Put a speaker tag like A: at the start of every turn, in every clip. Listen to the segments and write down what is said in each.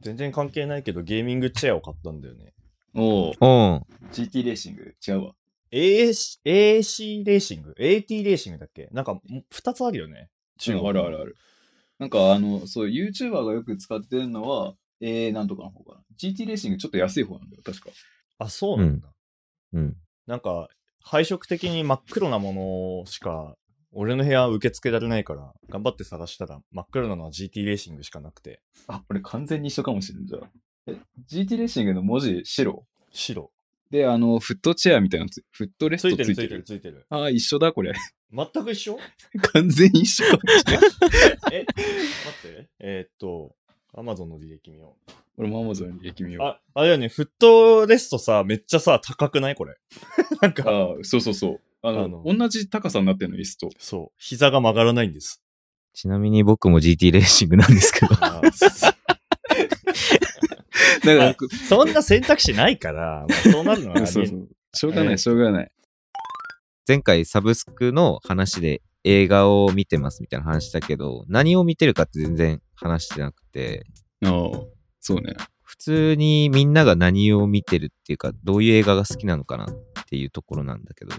A: 全然関係ないけど、ゲーミングチェアを買ったんだよね。
B: おお。
C: うん。
B: GT レーシング違うわ。
A: AC, AC レーシング ?AT レーシングだっけなんか、2つあるよね。
B: 中国。
A: あ
B: あ
A: る
B: る
A: あ
B: あ
A: る
B: る
A: あ
B: ある。なんかあの、そう、YouTuber がよく使ってるのは、えー、なんとかの方かな。GT レーシングちょっと安い方なんだよ、確か。
A: あ、そうなんだ。
C: うん。
A: なんか、配色的に真っ黒なものしか、俺の部屋は受け付けられないから、頑張って探したら、真っ黒なのは GT レーシングしかなくて、
B: あ、これ完全に一緒かもしれんじゃん。え、GT レーシングの文字白。
A: 白。
B: で、あの、フットチェアみたいなやつ。フットレ
A: つ
B: スト
A: い
B: つ
A: てる
B: いてる。
A: ついてるついてる。
B: ああ、一緒だ、これ。
A: 全く一緒
B: 完全に一緒かもしれん。
A: え、待って。えーっと、アマゾンの履歴見よう。
B: 俺も Amazon に履歴見よう。
A: あ、あれだよね、フットレストさ、めっちゃさ、高くないこれ。 なんか、
B: あーそうそうそう。あの、
A: あの
B: 同じ高さになってるの、椅子と。
A: そう、膝が曲がらないんです。。
C: ちなみに僕も GT レーシングなんですけど
A: あー
B: だから、
A: そんな選択肢ないから、まあ、そうなるのはありえん
B: そうそう。しょうがない、しょうがない。
C: 前回サブスクの話で映画を見てますみたいな話したけど、何を見てるかって全然話してなくて、
B: ああ、そうね。
C: 普通にみんなが何を見てるっていうか、どういう映画が好きなのかなっていうところなんだけど、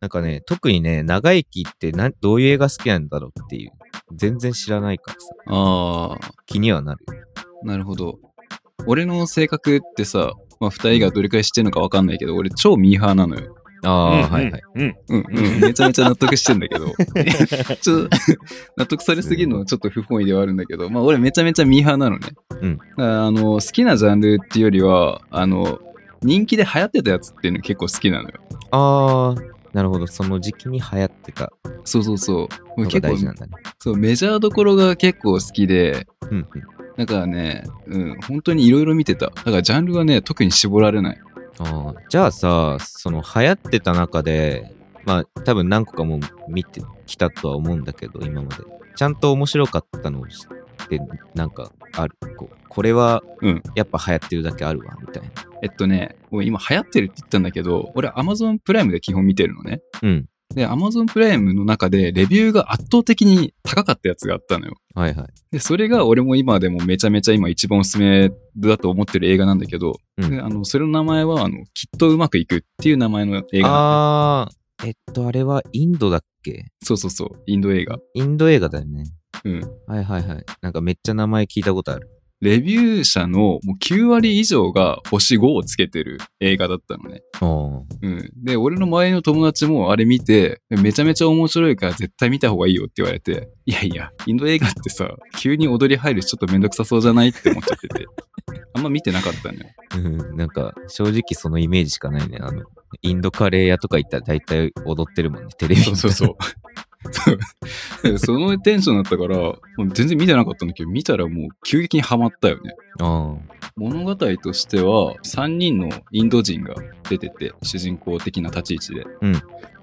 C: なんかね、特にね、長生きってなどういう映画好きなんだろうっていう、全然知らないからさ、
B: ああ、
C: 気にはなる。
B: なるほど。俺の性格ってさ、まあ、二人がどれくらい知ってるのかわかんないけど、俺超ミーハーなのよ。
C: あ
A: うん
C: あ、はいはい。。
A: うんうん。
B: うん、うん、めちゃめちゃ納得してんだけ ど。ちょっと、納得されすぎるのはちょっと不本意ではあるんだけど、まあ、俺めちゃめちゃミーハーなのね。
C: うん
B: だからあの、好きなジャンルっていうよりは、あの、人気で流行ってたやつっていうの結構好きなのよ。
C: ああ、なるほど。その時期に流行ってた
B: そうそうそう。俺
C: のが
B: 結
C: 大事な
B: 構
C: ん、だね。
B: そう、メジャーどころが結構好きで、
C: うんうん。
B: だからね、うん、本当にいろいろ見てた。だからジャンルはね、特に絞られない。
C: ああ、じゃあさ、その流行ってた中で、まあ多分何個かもう見てきたとは思うんだけど、今まで。ちゃんと面白かったのを知って、なんかある。こうこれは
B: うん、
C: やっぱ流行ってるだけあるわ、みたいな。
B: えっとね、もう今流行ってるって言ったんだけど、俺 Amazon プライムで基本見てるのね。
C: うん。
B: で、Amazon プライムの中でレビューが圧倒的に高かったやつがあったのよ。
C: はいはい。
B: で、それが俺も今でもめちゃめちゃ今一番おすすめだと思ってる映画なんだけど、
C: うん
B: であの、それの名前は、あの、きっとうまくいくっていう名前の映画なのね。
C: ああ、えっと、あれはインドだっけ
B: そうそうそう、インド映画。
C: インド映画だよね。
B: うん。
C: はいはいはい。なんかめっちゃ名前聞いたことある。
B: レビュー者のもう9割以上が星5をつけてる映画だったのね。
C: あ
B: うん。で、俺の周りの友達もあれ見て、めちゃめちゃ面白いから絶対見た方がいいよって言われて、いやいや、インド映画ってさ、急に踊り入るしちょっとめんどくさそうじゃないって思っちゃって て、あんま見てなかったのよ。
C: あ。うんなんか正直そのイメージしかないね。あの、インドカレー屋とか行ったら大体踊ってるもんね、テレビ。
B: そうそうそう。そうそのテンションだったから、もう全然見てなかったんだけど、見たらもう急激にハマったよね。
C: あ
B: 物語としては3人のインド人が出てて主人公的な立ち位置で,、
C: うん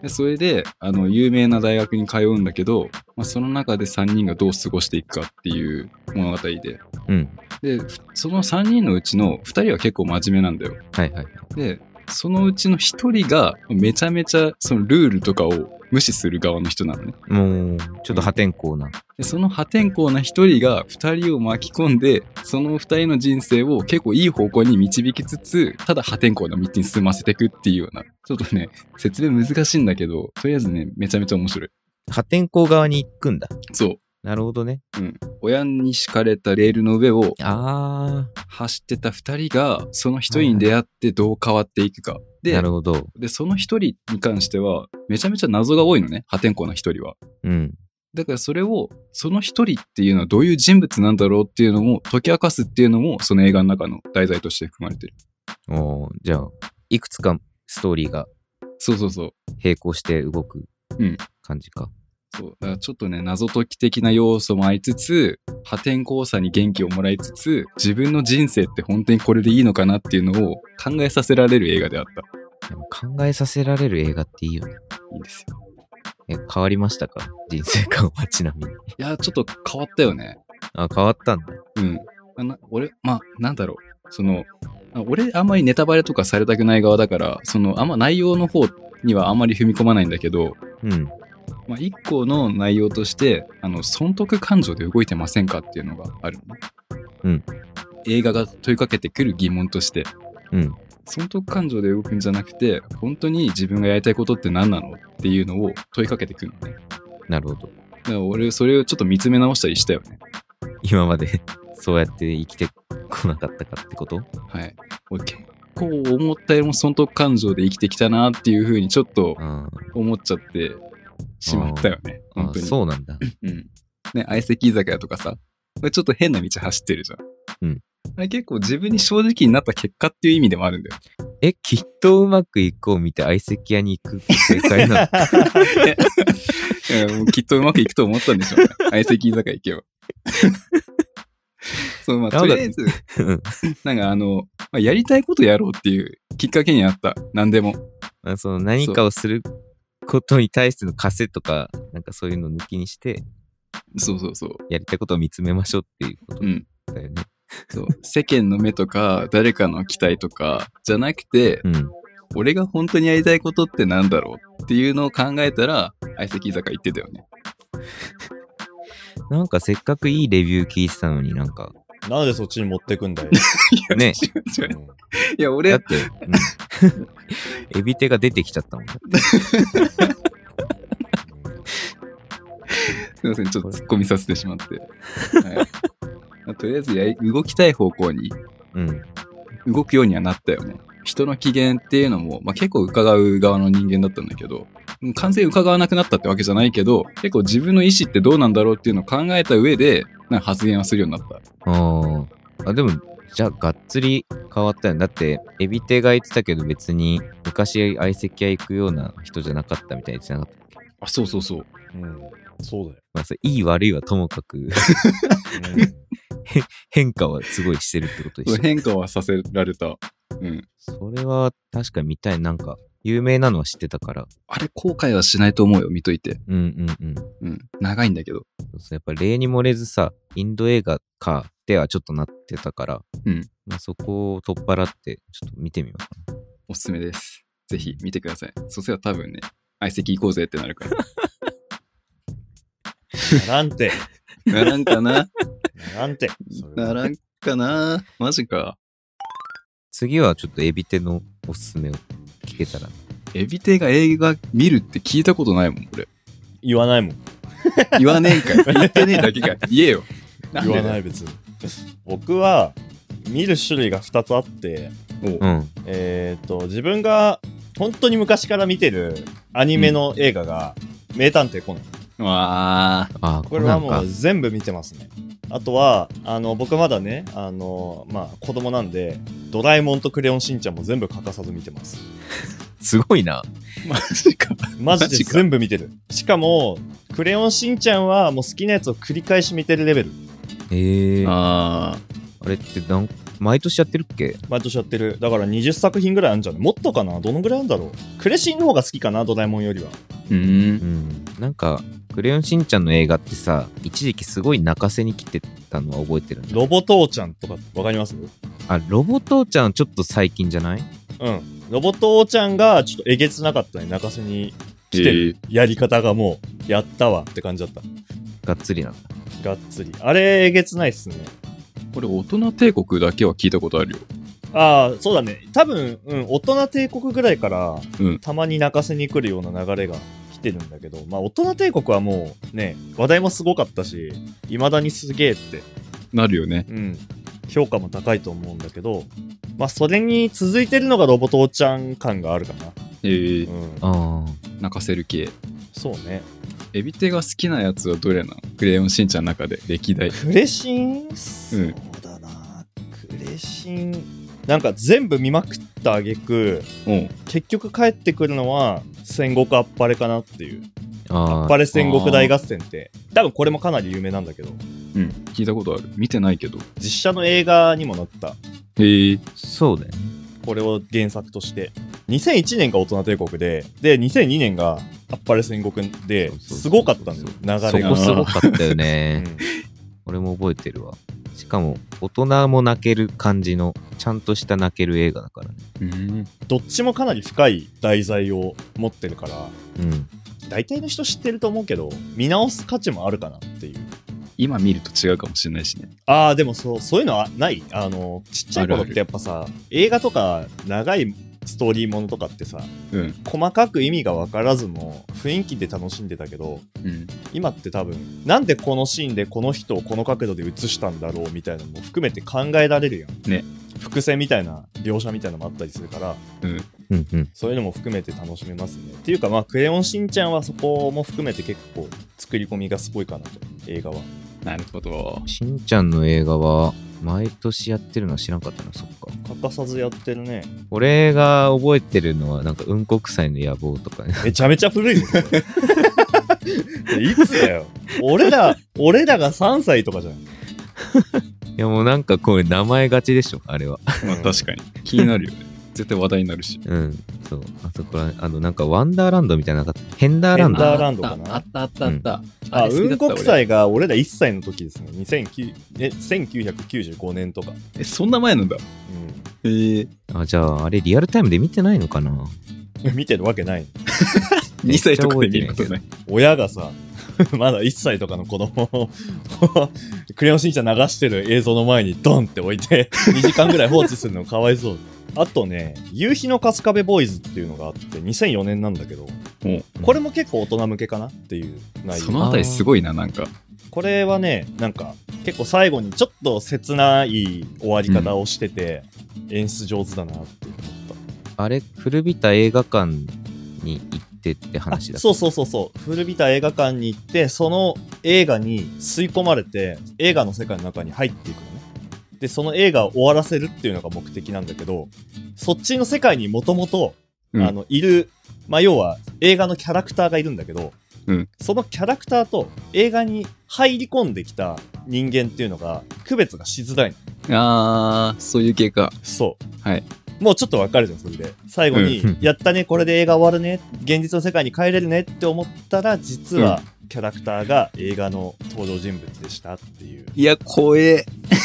B: でそれであの有名な大学に通うんだけど、まあ、その中で3人がどう過ごしていくかっていう物語で
C: あ。うん。
B: でふその3人のうちの2人は結構真面目なんだよ
C: はいはい。
B: でそのうちの1人がめちゃめちゃそのルールとかを無視する側の人なのね
C: もう、ちょっと破天荒な。
B: でその破天荒な1人が2人を巻き込んでその2人の人生を結構いい方向に導きつつただ破天荒な道に進ませていくっていうようなちょっとね説明難しいんだけどとりあえずねめちゃめちゃ面白い
C: 破天荒側に行くんだ。
B: そう
C: なるほどね。
B: 親に敷かれたレールの上を
C: あ
B: 走ってた2人がその1人に出会ってどう変わっていくか
C: ー。
B: で
C: なるほど。
B: でその1人に関してはめちゃめちゃ謎が多いのね破天荒な1人は
C: うん。
B: だからそれを、その一人っていうのはどういう人物なんだろうっていうのも解き明かすっていうのも、その映画の中の題材として含まれてる。
C: おーじゃあ、いくつかストーリーが
B: そうそうそう。
C: 並行して動く
B: うん
C: 感じか。
B: そうだからちょっとね、謎解き的な要素もありつつ、破天荒さに元気をもらいつつ、自分の人生って本当にこれでいいのかなっていうのを考えさせられる映画であった。
C: でも考えさせられる映画っていいよね。
B: いいですよ。
C: え、変わりましたか人生観はちなみに。
B: いやー、ちょっと変わったよね。
C: あ、変わったんだ。
B: うん。あな俺、まあ、なんだろう。その、あ俺、あんまりネタバレとかされたくない側だから、その、あんま内容の方にはあんまり踏み込まないんだけど、
C: うん。
B: まあ、一個の内容としてあの損得感情で動いてませんかっていうのがあるの、
C: うん
B: 映画が問いかけてくる疑問として
C: うん。
B: 損得感情で動くんじゃなくて本当に自分がやりたいことって何なのっていうのを問いかけてくるのね
C: なるほど。
B: だから俺それをちょっと見つめ直したりしたよね
C: 今まで そうやって生きてこなかったかってこと
B: はい俺結構思ったよりも損得感情で生きてきたなっていうふうにちょっと
C: あ
B: 思っちゃってしまったよね
C: ーあ
B: 本当
C: ー、
B: に
C: そうなんだ。
B: うん。ね、相席居酒屋とかさ、これちょっと変な道走ってるじゃん。
C: うん。
B: あれ結構自分に正直になった結果っていう意味でもあるんだ よ。
C: え、きっとうまくいこう見て相席屋に行くって正解 なの
B: えーもうきっとうまくいくと思ったんでしょうね。相席居酒屋行けば。 そう、まあ、
C: な
B: と
C: ん
B: り
C: か
B: あえず、
C: うん
B: なんかあの、まあ、やりたいことやろうっていうきっかけにあった。何でも。
C: あその何かをすることに対しての枷とか、なんかそういうのを抜きにして、
B: そうそうそう。
C: やりたいことを見つめましょうっていうこと
B: うん。
C: だよね。
B: そう。世間の目とか、誰かの期待とか、じゃなくて、
C: うん。
B: 俺が本当にやりたいことってなんだろうっていうのを考えたら、相席居酒屋行ってたよね。
C: なんかせっかくいいレビュー聞いてたのになんか、
A: なんでそっちに持ってくんだよ。
C: ね。
B: 違う違う
A: うん
B: いや、俺、
C: だって、 うんエビ手が出てきちゃったもん。
B: すいません、ちょっと突っ込みさせてしまって。はいまあとりあえずやり、動きたい方向に
C: うん。
B: 動くようにはなったよね。人の機嫌っていうのも、まあ、結構伺う側の人間だったんだけど、うん完全に伺わなくなったってわけじゃないけど、結構自分の意思ってどうなんだろうっていうのを考えた上で、なんか発言はするようになった。
C: ああ。あ、でも、じゃあ、がっつり変わったよね。だって、エビ手が言ってたけど、別に、昔、相席屋行くような人じゃなかったみたいに言ってなかったっけ
B: あ、そうそうそう。
A: うん。そうだよ。
C: まあ、それいい悪いはともかく、
A: うん
C: 変化はすごいしてるってことでした。
B: 変化はさせられた。うん。
C: それは、確か見たい。なんか、有名なのは知ってたから。
B: あれ、後悔はしないと思うよ、見といて。
C: うんうんうん。
B: うん。長いんだけど。
C: そうそうやっぱ例に漏れずさ、インド映画かではちょっとなってたから、
B: うん
C: まあ、そこを取っ払って、ちょっと見てみようかな。
B: おすすめです。ぜひ見てください。そしたら多分ね、相席行こうぜってなるから。
A: ならんて。
B: ならんかな
A: ならんて。それ
B: な
A: は
B: らんかなマジか。
C: 次はちょっとエビ手のおすすめを聞けたら。
B: エビテが映画見るって聞いたことないもん、俺。
A: 言わないもん。
B: 言わねえんかい。 言ってねえだけかい。言えよ。ん
A: 言
B: でだ
A: わ
B: よ
A: ない、別に。僕は、見る種類が2つあって、
B: お
C: うん。
A: えっ、と、自分が本当に昔から見てるアニメの映画が、名探偵コナン。
B: うわあ。
C: ああ、
A: これはも
C: コナ
A: う
C: ンか
A: 全部見てますね。あとは、あの、僕まだね、あの、まあ、子供なんで、ドラえもんとクレヨンしんちゃんも全部欠かさず見てます。
C: すごいな。
B: マジか。
A: マジで
B: マジか
A: 全部見てる。しかも、クレヨンしんちゃんはもう好きなやつを繰り返し見てるレベル。
C: ええあ
B: あ
C: れってなん毎年やってるっけ
A: 毎年やってる。だから20作品ぐらいあるんじゃないもっとかなどのぐらいあるんだろうクレシンの方が好きかなドラえもんよりは。
B: あ。うー。
C: うんん。なんか、クレヨンしんちゃんの映画ってさ、一時期すごい泣かせに来てたのは覚えてるんだ。
A: ロボ父ちゃんとかわかります
C: あ、ロボ父ちゃんはちょっと最近じゃない
A: うん。ロボ父ちゃんがちょっとえげつなかったね。泣かせに来てる。
B: えー
A: やり方がもう、やったわって感じだった。
C: がっつりなんだ。
A: がっつり。あれ、えげつないっすね。
B: これ、大人帝国だけは聞いたことあるよ。
A: ああ、そうだね。多分、うん、大人帝国ぐらいから、
B: うん
A: たまに泣かせに来るような流れが来てるんだけど、まあ、大人帝国はもう、ね、話題もすごかったし、未だにすげえって、
B: なるよね。
A: うん、評価も高いと思うんだけど、まあ、それに続いてるのがロボ父ちゃん感があるかな。
B: えー
A: うん。
C: あ
B: 泣かせる系。
A: そうね。
B: エビテが好きなやつはどれなのクレヨンしんちゃんの中で、歴代。
A: クレシンそうだな。クレシン。なんか全部見まくった挙句
B: うん。
A: 結局帰ってくるのは戦国あっぱれかなっていう。
C: あ。ああ。
A: バレ戦国大合戦って多分これもかなり有名なんだけど
B: うん。聞いたことある。見てないけど。
A: 実写の映画にもなった
B: えー
C: そうだよね。
A: これを原作として2001年が大人帝国でで2002年があっぱれ戦国で
C: そうそうそう
A: すごかったんだよ
C: そ
A: 流れ
C: こ
A: が
C: すごかったよ
A: う
C: ね。
A: ん
C: 俺も覚えてるわ。しかも、大人も泣ける感じの、ちゃんとした泣ける映画だからね。
B: うん。
A: どっちもかなり深い題材を持ってるから
C: うん。
A: 大体の人知ってると思うけど見直す価値もあるかなっていう
B: 今見ると違うかもしれないしね。
A: ああ、でもそう、そういうのはない。あの、ちっちゃい頃
B: あ
A: っ
B: るあ
A: てやっぱさ、映画とか長いストーリーものとかってさ、
B: うん。
A: 細かく意味が分からずも、雰囲気で楽しんでたけど、
B: うん。
A: 今って多分、なんでこのシーンでこの人をこの角度で映したんだろうみたいなのも含めて考えられるやん。
B: ね。
A: 伏線みたいな描写みたいなのもあったりするから、
B: うん。
C: うんうん。
A: そういうのも含めて楽しめますね。っていうか、まあ、クレヨンしんちゃんはそこも含めて結構作り込みがすごいかなと、映画は。
B: なるほど。
C: しんちゃんの映画は毎年やってるのは知らんかったな、そっか。
A: 欠かさずやってるね。
C: 俺が覚えてるのはなんかうんこ臭いの野望とかね。
A: めちゃめちゃ古いぞ。これいつだよ。俺ら、俺らが3歳とかじゃん。
C: いやもうなんかこう名前がちでしょ、あれは。
B: まあ確かに。気になるよね。絶対話題になるし。
C: うん。そう。あそこら、あのなんかワンダーランドみたいなのなかった。ヘンダーラ
A: ヘ
C: ン
A: ンダ
C: ド。
A: ーランドかな
B: あったあったあったあった。
A: あ、うんこ臭
B: い。
A: いが俺ら1歳の時ですね。2009え1995年とか。
B: え、そんな前なんだ。
A: う
B: えー、
C: あ、じゃああれリアルタイムで見てないのかな。
A: ん。見てるわけない。
B: 2歳とかで見
C: めっちゃ覚えてないけど
B: ね。
A: 親がさ、 まだ1歳とかの子供を、 クレヨンしんちゃん流してる映像の前にドンって置いて、2時間ぐらい放置するのかわいそう。あとね、夕日の春日部ボーイズっていうのがあって、2004年なんだけど、
B: も
A: これも結構大人向けかなっていう
B: う、
A: 内容
B: そ。のあたりすごいな、なんか。
A: これはねなんか結構最後にちょっと切ない終わり方をしてて、演出上手だなって思っ
C: あれ、古びた映画館に行ってって
A: たあ
C: 話だった。
A: そうそうそうそう古びた映画館に行ってその映画に吸い込まれて映画の世界の中に入っていくのねでその映画を終わらせるっていうのが目的なんだけどそっちの世界にもともと
B: うん
A: あのいるまあ要は映画のキャラクターがいるんだけど、
B: うん
A: そのキャラクターと映画に入り込んできた人間っていうのが区別がしづらいの
B: あー、そういう系か。
A: そう。
B: はい。
A: もうちょっとわかるじゃん、それで。最後に、
C: うん
A: やったね、これで映画終わるね、現実の世界に帰れるねって思ったら、実は、キャラクターが映画の登場人物でしたっていう。
B: いや、怖え。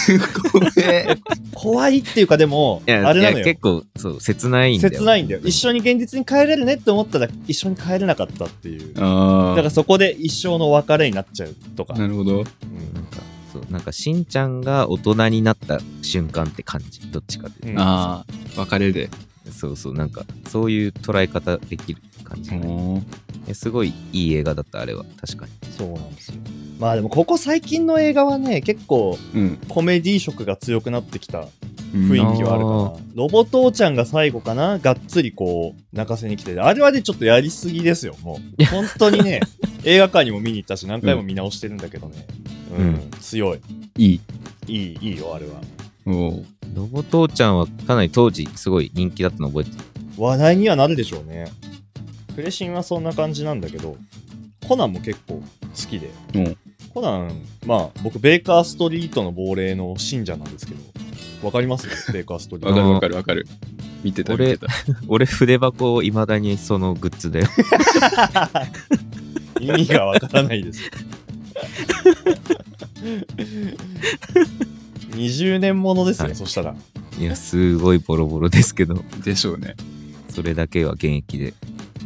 B: 怖え。
A: 怖いっていうか、でも、
C: いや
A: あれないのよ
C: や結。構そう切ないんだよ
A: 切ないんだよ。一
C: 緒
A: 緒に現実に帰れるねって思ったら、一緒に帰れなかったっていう。だ
B: あ
A: からそこで一生の別れになっちゃうとか。
B: ー。なるほど。
C: なんかそうなんかしんちゃんが大人になった瞬間って感じどっちかっていうと、
B: あー、別れで。
C: そうそうなんかそういう捉え方できる感じ、
B: おー
C: えすごいいい映画だったあれは確かに
A: そうなんですよ。まあでも、ここ最近の映画はね、結構
B: うん。
A: コメディ色が強くなってきた
B: 雰
A: 雰囲気はあるか
C: あ
A: な。ロボ父ちゃんが最後かながっつりこう、泣かせに来て、あれはね、ちょっとやりすぎですよ、もう。本当にね、映画館にも見に行ったし、何回も見直してるんだけどね。うん、
C: うん
A: 強い。
B: いい。
A: いい、いいよ、あれは。
B: おー
C: ロボ父ちゃんはかなり当時すごい人気だったの覚えてる
A: 話題にはなるでしょうね。クレシンはそんな感じなんだけど、コナンも結構好きで。
B: うん
A: コナン、まあ、僕、ベーカーストリートの亡霊の信者なんですけど、わかりますベーカーストリー
B: わ
A: ト
B: か
C: あ
B: る
C: ー
B: わかるわかる。見てた見
C: 俺
B: てた。
C: 俺筆箱をいまだにそのグッズ で
A: 意味がわからないです。20年ものですよ、
C: はい
A: そしたら。
C: いやすごいボロボロですけど
B: でしょうね。
C: それだけは現役で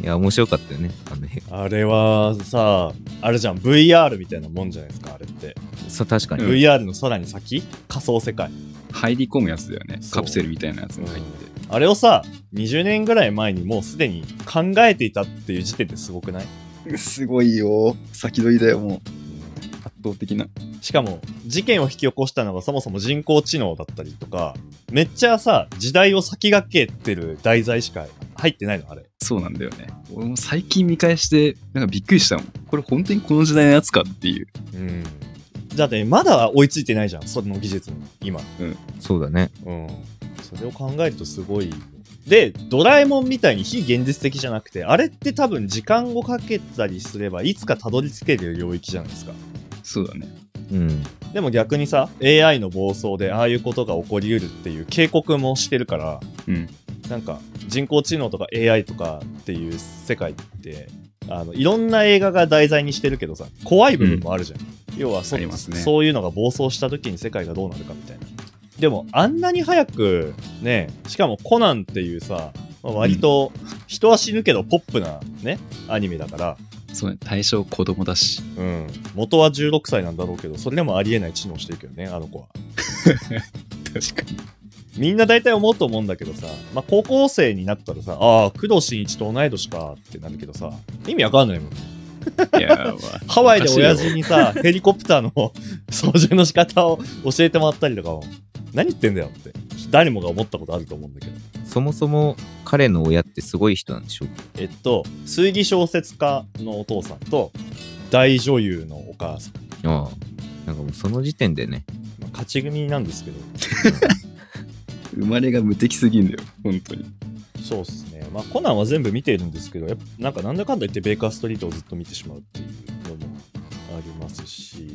C: いや面白かったよねあの映
A: あれはさ、あれじゃん、VR みたいなもんじゃないですか、あれって。
C: 画そう確かに、
B: うん
A: VR のさらに先仮想世界。
B: 入り込むやつだよね。
A: そう
B: カプセルみたいなやつも入って。
A: あれをさ、20年ぐらい前にもうすでに考えていたっていう時点ですごくない
B: すごいよ。先取りだよ、もう。圧倒的な。
A: しかも、事件を引き起こしたのがそもそも人工知能だったりとか、めっちゃさ、時代を先駆けてる題材しか入ってないの、あれ。
B: そうなんだよね。俺も最近見返して、なんかびっくりしたもん。これ本当にこの時代のやつかっていう。
A: うん。だって、まだ追いついてないじゃん、その技術に、今。
C: そうだね
A: うん。それを考えるとすごいよ。で、ドラえもんみたいに非現実的じゃなくて、あれって多分時間をかけたりすれば、いつかたどり着ける領域じゃないですか。
B: そうだね。
C: うん
A: でも逆にさ、AI の暴走でああいうことが起こりうるっていう警告もしてるから、
B: うん。
A: なんか人工知能とか AI とかっていう世界ってあのいろんな映画が題材にしてるけどさ怖い部分もあるじゃん、要はそ,、
B: ありますね
A: そういうのが暴走した時に世界がどうなるかみたいなでもあんなに早くねしかもコナンっていうさまあ割と人は死ぬけどポップなねアニメだから
B: そうね、対象子供だし。
A: うん。元は16歳なんだろうけど、それでもありえない知能してるけどね、あの 子は。
B: 確かに。
A: みんな大体思うと思うんだけどさ、まあ、高校生になったらさ、ああ、工藤新一と同い年かってなるけどさ、意味わかんないもん。
B: いやー、 まあ
A: ハワイで親。
B: おかしい
A: 父
B: よ
A: にさ、ヘリコプターの 操縦の仕方を教えてもらったりとかも、何言ってんだよって、誰もが思ったことあると思うんだけど。
C: そもそも彼の親ってすごい人なんでしょうか
A: えっと、推理小説家のお父さんと、大女優のお母さん。
C: ああ。なんかもうその時点でね。
A: まあ勝ち組なんですけど、
B: 生まれが無敵すぎんだよ、本当に。
A: そうっすね。まあ、コナンは全部見ているんですけど、やっぱなんかなんだかんだ言ってベーカーストリートをずっと見てしまうっていうのもありますし、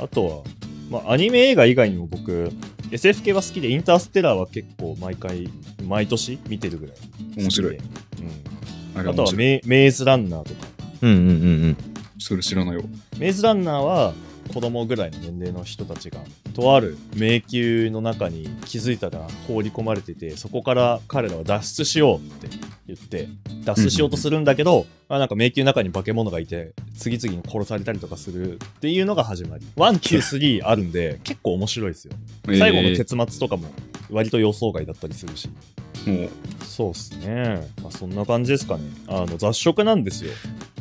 A: あとは、まあ、アニメ映画以外にも僕、SF 系は好きで、インターステラーは結構毎回、毎年見てるぐらい好きで。
B: 面白いあ
A: う
B: れ
A: ん。あと
B: 面
A: は
B: 白い
A: メ、メイズランナーとか。
C: うんうんうん
B: それ知らないよ。
A: メイズランナーは、子供ぐらいの年齢の人たちが、とある迷宮の中に気づいたら放り込まれてて、そこから彼らは脱出しようって言って、脱出しようとするんだけど、まあ、なんか迷宮の中に化け物がいて、次々に殺されたりとかするっていうのが始まり。1、2、3あるん で、結構面白いですよ。最後の
B: え
A: 結末とかも、割と予想外だったりするし。
B: ーもう、
A: そうっすね。まあ、そんな感じですかね。あの、雑食なんですよ。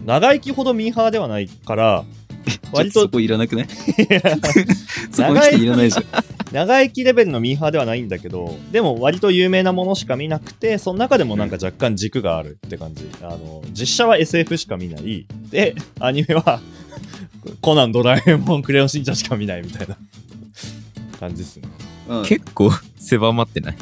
A: 長生きほどミーハーではない から、割
B: ちょっ
A: と
B: そこいらな くねそこ生きていらないじゃん。
A: 長生きレベルのミーハーではないんだけど、でも割と有名なものしか見なくて、その中でもなんか若干軸があるって感じ。あの、実写は SF しか見ない。で、アニメは コナン、ドラえもん、クレヨンしんちゃんしか見ないみたいな感じですね。
C: うん。結構狭まってない。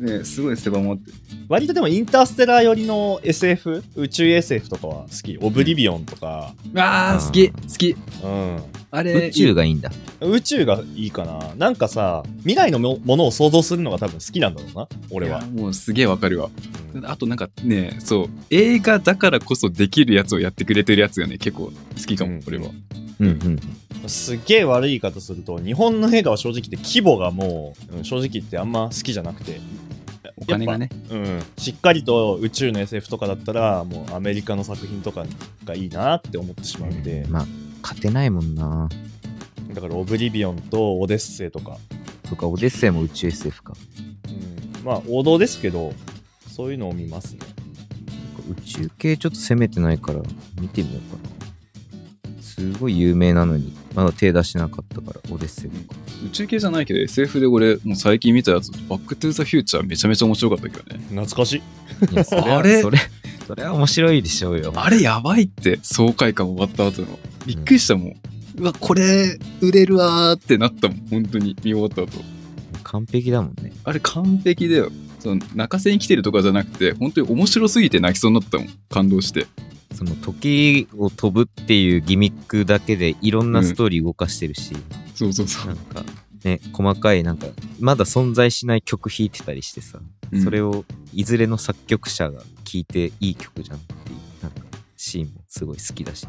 B: ねすごい狭まって。
A: 割とでもインターステラー寄りの SF、宇宙 SF とかは好き。オブリビオンとか、
B: あ
C: あー
B: ー、好き、好き。
A: うん。
B: あれ、
C: 宇宙がいいんだ。
A: 宇宙がいいかな。なんかさ、未来のもものを想像するのが多分好きなんだろうな、俺
B: い
A: は
B: や。もうすげえわかるわ。
A: うん
B: あとなんかね、そう、映画だからこそできるやつをやってくれてるやつがね、結構好きか
A: う
B: も
A: ん、
B: 俺は。
C: うんうん。
A: すっげえ悪い言い方すると日本の映画は正直言って規模がもう、うん正直言ってあんま好きじゃなくて、
B: お金がね。
A: うん、しっかりと宇宙の SF とかだったらもうアメリカの作品とかがいいなって思ってしまうんで、
C: まあ、勝てないもんな。
A: だから「オブリビオン」と「オデッセイ」とか、
C: とか、オデッセイも宇宙 SF か。
A: うん、まあ王道ですけどそういうのを見ますね
C: 宇宙系ちょっと攻めてないから見てみようかなすごい有名なのにまだ手出してなかったからオデッセイとか
B: 宇宙系じゃないけど SF で俺、もう最近見たやつ、バックトゥーザフューチャーめちゃめちゃ面白かったけどね。
A: 懐かしい
C: いやそれ は
B: あれ
C: それそれは面白いでしょうよ
B: あれやばいって、爽快感終わった後の。びっくりしたもん。うわ、これ、売れるわーってなったもん。本当に、見終わった後。
C: 完璧だもんね
B: あれ完璧だよ。その、泣かせに来てるとかじゃなくて、本当に面白すぎて泣きそうになったもん。感動して。
C: その時を飛ぶっていうギミックだけでいろんなストーリー動かしてるし、
B: そうそうそ
C: な
B: う。
C: んかね細かいなんかまだ存在しない曲弾いてたりしてさ、それ
B: を。
C: をいずれの作曲者が聴いていい曲じゃんっていうなんかシーンもすごい好きだし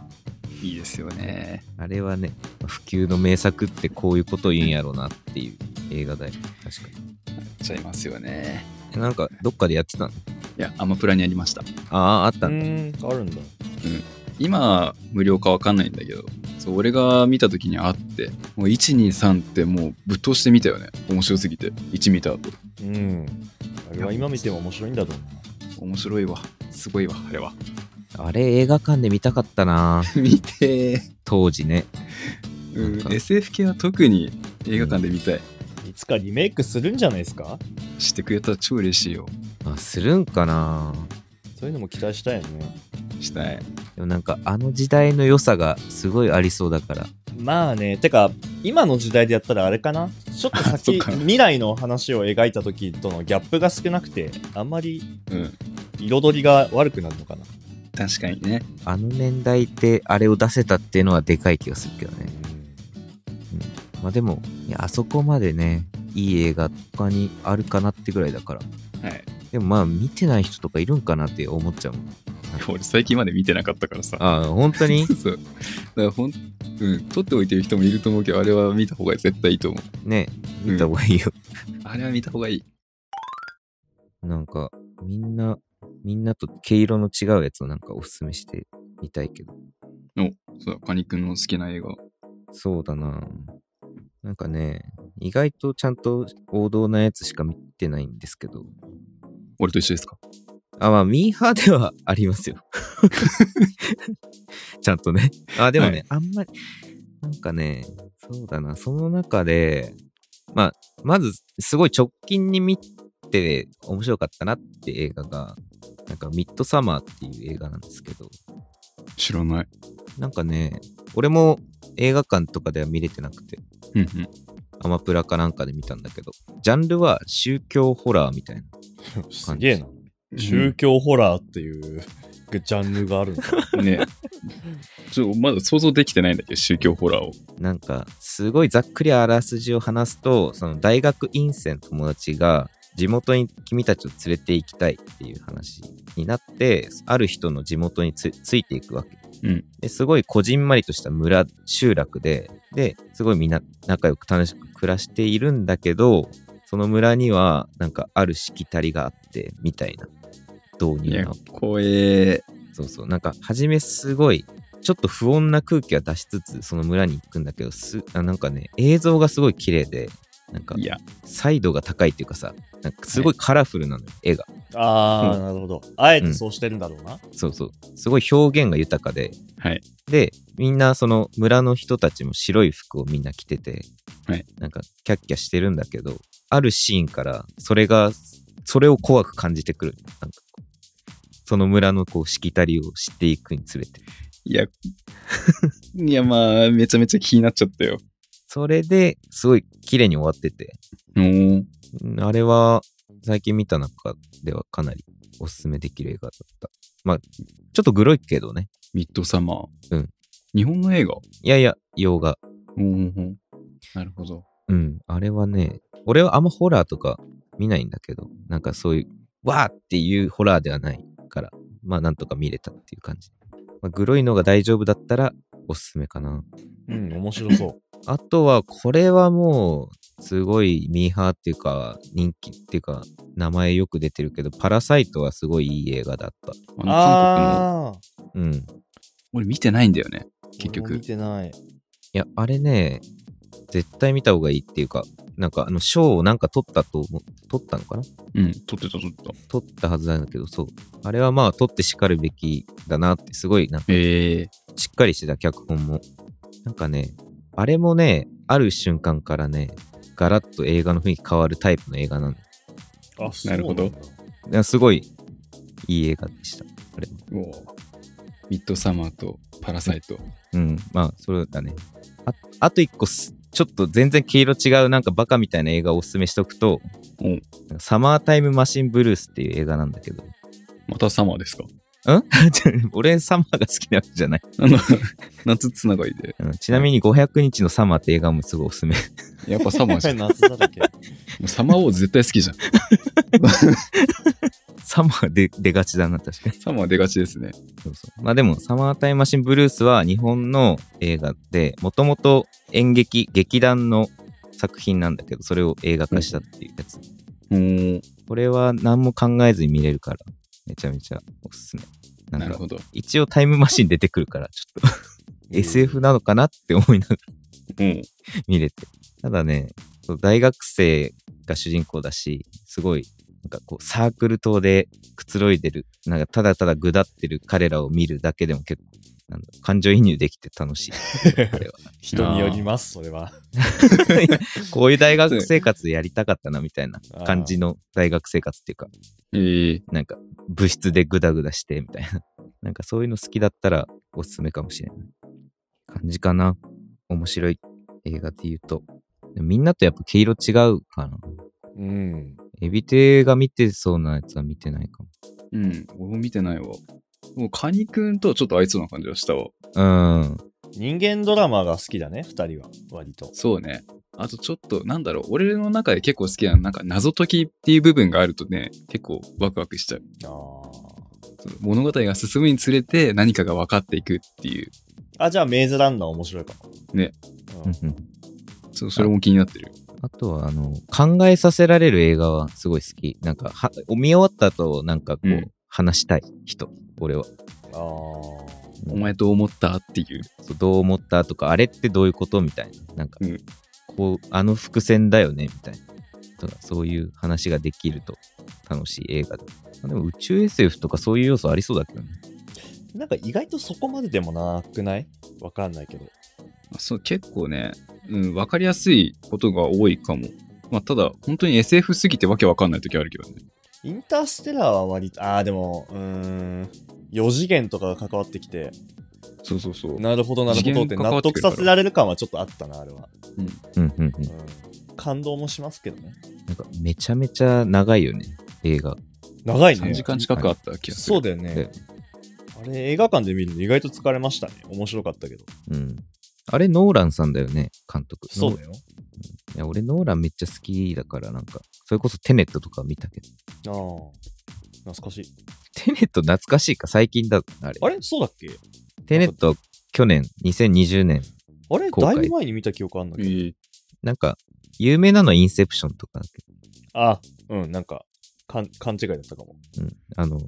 B: いいですよね。
C: あれはね、普及の名作ってこういうこと言うんやろうなっていう映画だよ。確か
B: ちゃいますよね。
C: に。なんか、どっかでやってたの
B: いや、アマプラにありました。
C: ああ、あっ
A: う
C: たね。
A: ーんあるんだ
B: 今、無料かわかんないんだけど、そう、俺が見た時にあって、もう1、2、3ってもうぶっ通して見たよね。面白すぎて。1見た後。
A: うんあれは今見ても面白いんだろうな
B: 面白いわ。すごいわ、あれは。
C: あれ、映画館で見たかったな
B: 見て
C: 当時ね。なん
B: ー。
C: か
B: SF 系は特に映画館で見たい。
A: いつかリメイクするんじゃないですか
B: してくれたら超嬉しいよ。
C: あ、するんかな
A: そういうのも期待したいよね
B: したい。
C: でもなんか、あの時代の良さがすごいありそうだから。
A: まあね、てか、今の時代でやったらあれかな、ちょっと
B: そ
A: 先、
B: っか
A: 未来の話を描いた時とのギャップが少なくて、あんまり
B: うん。
A: 彩りが悪くなるのかな。
B: 確かにね。
C: あの年代って、あれを出せたっていうのはでかい気がするけどね。まあでも、いやあそこまでね、いい映画他にあるかなってぐらいだから。
B: はい。
C: でもまあ、見てない人とかいるんかなって思っちゃうもん。
B: 俺最近まで見てなかったからさ。
C: ああ、本当に
B: そう。だからほん、うん、撮っておいてる人もいると思うけど、あれは見た方が絶対いいと思う。
C: ね見た方がいいよ。
B: あれは見た方がいい。
C: なんか、みんな、みんなと毛色の違うやつをなんかおすすめして見たいけど。
B: そうだ、カニ君の好きな映画。
C: そうだな。なんかね、意外とちゃんと王道なやつしか見てないんですけど。
B: 俺と一緒ですか
C: あ、まあ、ミーハーでは ありますよ。ちゃんとね。あ、でもね、
B: は
C: あんまり、なんかね、そうだな、その中で、まあ、まず、すごい直近に見て面白かったなって映画が、なんか、ミッドサマーっていう映画なんですけど、
B: 知らない。
C: なんかね、俺も映画館とかでは見れてなくて、
B: うんうん。
C: アマプラかなんかで見たんだけど、ジャンルは宗教ホラーみたいな。
A: すげえな。宗教ホラーっていうジャンルがあるの か。
B: ねちょっとまだ想像できてないんだけど、宗教ホラーを。
C: なんか、すごいざっくりあらすじを話すと、その大学院生の友達が、地元に君たちを連れて行きたいっていう話になって、ある人の地元につついていくわけ。
B: うん
C: ですごいこじんまりとした村、集落で、で、すごいみんな仲良く楽しく暮らしているんだけど、その村には、なんかあるしきたりがあって、みたいな導
B: い
C: 入
B: や
C: なわけ、
B: 怖え。
C: そうそう。なんか、初めすごい、ちょっと不穏な空気は出しつつ、その村に行くんだけど、すあなんかね、映像がすごい綺麗で、なんか
B: い、や、
C: サイドが高いっていうかさ、なんかすごいカラフルなのよ、絵が。
A: あ
B: う
A: あ、なるほど。あえてそうしてるんだろうな。
C: そうそう。すごい表現が豊かで、
B: はい。
C: で、みんなその村の人たちも白い服をみんな着てて、
B: はい
C: なんかキャッキャしてるんだけど、あるシーンからそれが、それを怖く感じてくる。なんかこうその村のこうしきたりを知っていくにつれて。
B: いや、 いや、まあ、めちゃめちゃ気になっちゃったよ。
C: それですごい綺麗に終わってて、
B: おー
C: うんあれは最近見た中ではかなりおすすめできる映画だった。まあ、ちょっとグロいけどね。
B: ミッドサマー。
C: うん。
B: 日本の映画。お
C: いやいや、洋画。
B: ーなるほど。
C: うん、あれはね、俺はあんまホラーとか見ないんだけど、なんかそういう、わーっていうホラーではないから、まあなんとか見れたっていう感じ。まあ、グロいのが大丈夫だったらおすすめかな。
A: うん、面白そう。
C: あとは、これはもう、すごいミーハーっていうか、人気っていうか、名前よく出てるけど、パラサイトはすごいいい映画だっ
B: あ
C: た。
B: の、韓国の、
A: ああ、
C: うん。い
B: 俺見てないんだよね。結
A: 俺も
B: 局
A: 見。てない。
C: や、あれね、絶対見た方がいいっていうか、なんか、あの、賞をなんか取ったと思う、取ったのかな
B: うん、撮ってた、撮ってた。
C: 取ったはずなんだけど、そう。あれはまあ、取って叱るべきだなって、すごい、なんか、
B: ええ
C: しっかりしてた脚本も。なんかね、あれもね、ある瞬間からね、ガラッと映画の雰囲気変わるタイプの映画なの。だか
A: あ、
B: なるほど
A: そうなんだ。
C: らすごい、いい映画でした。あれも。
B: ー。おーミッドサマーとパラサイト。
C: うん、まあ、それだね。ああと一個す、ちょっと全然黄色違う、なんかバカみたいな映画をおすすめしとくと、
B: うん
C: サマータイムマシンブルースっていう映画なんだけど、
B: またサマーですか
C: 俺サマーが好きなわけじゃない。
B: あの、 夏つながりで。
C: うんちなみに500日のサマーって映画もすごいおすすめ。
B: やっぱサマーじゃん。も
A: 夏だらけ。
B: うサマー王絶対好きじゃん。
C: サマーで出がちだな、確かに。
B: サマー出がちですね。
C: そうそう。まあでも、サマータイムマシンブルースは日本の映画で、もともと演劇、劇団の作品なんだけど、それを映画化したっていうやつ。
B: おー
C: これは何も考えずに見れるから、めちゃめちゃおすすめ。な
B: なんる
C: か、
B: ほど。
C: 一応タイムマシン出てくるから、ちょっと SF なのかなって思いながら
B: うん。
C: 見れて。ただね、そう大学生が主人公だし、すごい、なんかこう、サークル島でくつろいでる、なんかただただぐだってる彼らを見るだけでも結構、なんだ感情移入できて楽 しい。これは
A: 人によります、それは。
C: こういう大学生活やりたかったなみたいな感じの大学生活っていうか、
B: ええ
C: なんか部室でぐだぐだしてみたいな。 なんかそういうの好きだったらおすすめかもしれない。感じかな。面白い映画で言うと。でもみんなとやっぱ毛色違うかな。
A: うん。
C: エビテが見てそうなやつは見てないか
B: うん、俺も見てないわ。もうカニくんとはちょっと合いそうな感じはしたわ。
C: も。うん。
A: 人間ドラマが好きだね、二人は、割と。
B: そうね。あとちょっと、なんだろう、俺の中で結構好きな、なんか謎解きっていう部分があるとね、結構ワクワクしちゃう。
A: あ
B: その物語が進むにつれて何かが分かっていくってい
A: ー
B: う。
A: あ、じゃあ、メイズランナー面白いかも。
B: ね
A: うん。
C: うんうん
B: そそれも気になってる。
C: あとは、あの、考えさせられる映画はすごい好き。なんか、は見終わった後、なんかこう、
B: うん
C: 話したい人、俺は。
A: ああ。
B: お前どう思ったっていう。
C: そうどう思ったとかあれってどういうことみたいななんか、
B: うん
C: こうあの伏線だよねみたいなとかそういう話ができると楽しい映画ででも宇宙 SF とかそういう要素ありそうだけどね
A: なんか意外とそこまででもなくないわかんないけど。
B: そう結構ね、うん、分かりやすいことが多いかも。まあ、ただ、本当に SF すぎてわけわかんない時あるけどね。
A: インターステラーは割と、ああ、でも、うーん、4次元とかが関わってきて、
B: そうそうそう。
A: なるほどなるほどって
B: 次元関わ
A: 納
B: ってく
A: 得
B: るから
A: させられる感はちょっとあったな、あれは。
C: うんうんうん
A: うん、感動もしますけどね。
C: なんかめちゃめちゃ長いよね映画
A: 長い
B: 3
A: ね
B: 時。間近くあった気がする。
A: そうだよね。あれ、映画館で見るの意外と疲れましたね。面白かったけど。
C: うんあれノーランさんだよね監督
A: そうだよ。
C: いや俺ノーランめっちゃ好きだからなんかそれこそテネットとか見たけ
A: あ
C: ど
A: あ、懐かしい。
C: テネット懐かしいか最近だあれ
A: あれそうだっけ
C: テネット去年2020年
A: あれ
C: 公開
A: だいぶ前に見た記憶あんだけど。
B: ええ
C: なんか有名なのはインセプションとかだけど
A: あ、うん、なんか、かん勘違いだったかも。
C: うん、あの、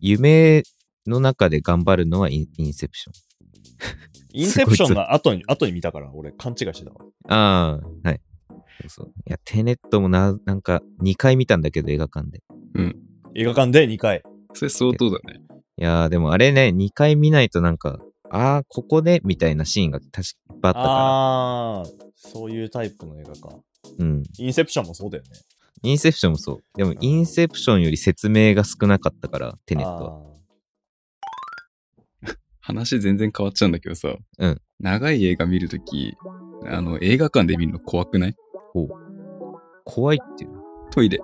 C: 夢の中で頑張るのはインインセプショ
A: インセプションの 後に、後に見たから、俺、勘違いしてたわ。
C: ン。ああ、はい。そうそう。いや、テネットもな、なんか、2回見たんだけど、映画館で。
A: 映画館で2回。
B: それ相当だね。
C: いやー、でもあれね、2回見ないとなんか、ああ、ここで、みたいなシーンが確かいっぱいあったか
A: ああー、そういうタイプの映画か。
C: ら。うん。
A: インセプションもそうだよね。
C: インセプションもそう。でも、インセプションより説明が少なかったから、テネットは。
B: 話全然変わっちゃうんだけどさ、
C: うん
B: 長い映画見るとき、あの、映画館で見るの怖くない
C: 怖いっていうの。
B: トイレ。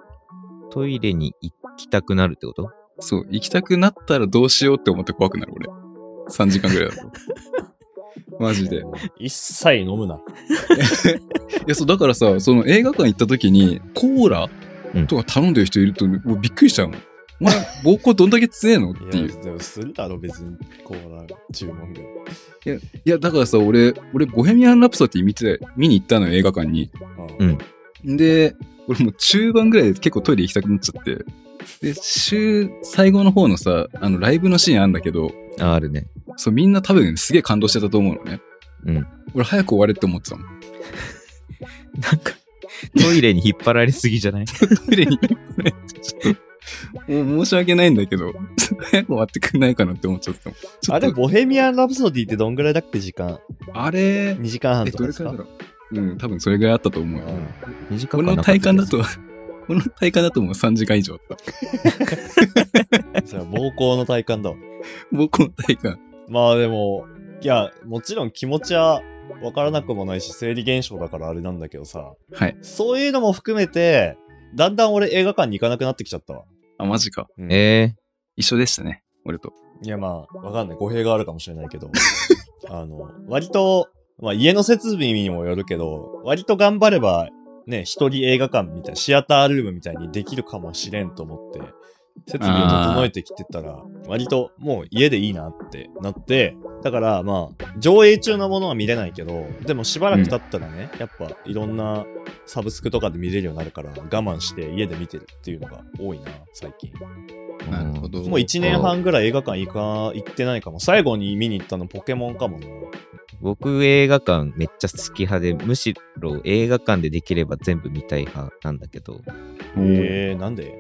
C: トイレに行きたくなるってこと
B: そう、行きたくなったらどうしようって思って怖くなる、俺。3時間ぐらい だと。マジで。
A: あ
B: い
A: ー一切飲むな。
B: や、そう、だからさ、その映画館行った時に、コーラ
C: うん
B: とか頼んでる人いると、もうびっくりしちゃうもん。お前、暴行どんだけ強えのっ
A: い
B: てい
A: や、
B: う。
A: でもするだろ、別に。コーラ注文で。
B: いや、だからさ、俺、俺、ボヘミアン・ラプソディ見て、見に行ったのよ、映画館に。
A: う
C: うんん
B: で、俺もう中盤ぐらいで結構トイレ行きたくなっちゃって。で、週、最後の方のさ、あの、ライブのシーンあんだけど、
C: あーあるね。
B: そう、みんな多分すげえ感動してたと思うのね。
C: うん。
B: 俺早く終われって思ってたもん。
C: なんか、トイレに引っ張られすぎじ ゃない
B: トイレに行くねちょっと、もう申し訳ないんだけど、 早く終わってくんないかなって思っちゃってたもん。ちょ
A: あ
B: っと
A: れ、ボヘミアン・ラプソディってどんぐらいだっけ、時間。
B: あれ、
A: 2時間半
B: え、
A: とか
B: ど
A: で
B: れ
A: す
B: く
A: から
B: いだろううん、多分それぐらいあったと思うよ。
A: うん
C: 短
B: 俺
C: くは
B: の
C: なかった
B: 体
C: けど
B: 感だと、 俺の体感だともう3時間以上あった。
A: それは暴行の体感だわ。
B: 僕の体感。
A: まあでも、いや、もちろん気持ちは分からなくもないし、生理現象だからあれなんだけどさ、
B: はい。
A: そういうのも含めて、だんだん俺映画館に行かなくなってきちゃったわ。
B: あ、マジか。
A: うん
C: え
B: 一緒でしたね、俺と。
A: いやまあ、わかんない。語弊があるかもしれないけど、 あの、割と、まあ家の設備にもよるけど、割と頑張れば、ね、一人映画館みたいな、シアタールームみたいにできるかもしれんと思って、設備を整えてきてたら、割ともう家でいいなってなって、だからまあ、上映中のものは見れないけど、でもしばらく経ったらね、やっぱいろんなサブスクとかで見れるようになるから、我慢して家で見てるっていうのが多いな、最近。
C: ー、
B: なるほど。
A: もう1年半ぐらい映画館行か行ってないかも。最後に見に行ったのポケモンかもな。
C: 僕映画館めっちゃ好き派でむしろ映画館でできれば全部見たい派なんだけど
B: え
A: えー、なんで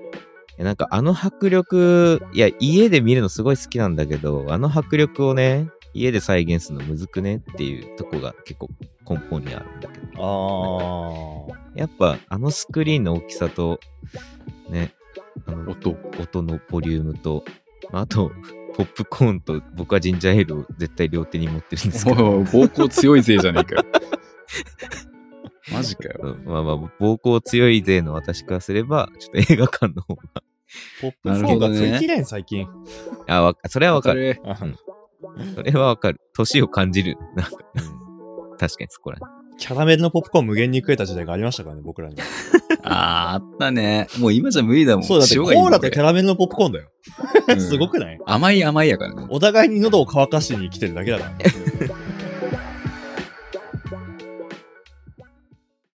C: えなんかあの迫力いや家で見るのすごい好きなんだけどあの迫力をね家で再現するのむずくねっていうとこが結構根本にあるんだけど
A: あー。
C: やっぱあのスクリーンの大きさとねあの
B: 音。
C: 音のボリュームと、まあ、あと、 ポップコーンと僕はジンジャーエールを絶対両手に持ってるんですけど、
B: おい暴行強いぜじゃねえかよ。マジかよ。
C: まあまあ、暴行強い勢の私からすれば、ちょっと映画館の方が、
A: ポップコ
B: なる
A: ーン
B: ほ
A: が
B: ど
A: つ
B: ね
A: いきれん、最近。
C: あ、わそれはわかる。
B: る。
A: あ
C: うんそれはわかる。年を感じる。なんか確かにそこら辺。
A: キャラメルのポップコーン無限に食えた時代がありましたからね、僕らには。
B: あーあったね。もう今じゃ無理だもん。
A: そうだって、コ
B: 塩がいいも
A: ー
B: ん
A: ラとキャラメルのポップコーンだよ。
B: こ れ
A: すごくない
B: 甘い甘いやからね。
A: お互いに喉を乾かしに来てるだけだから。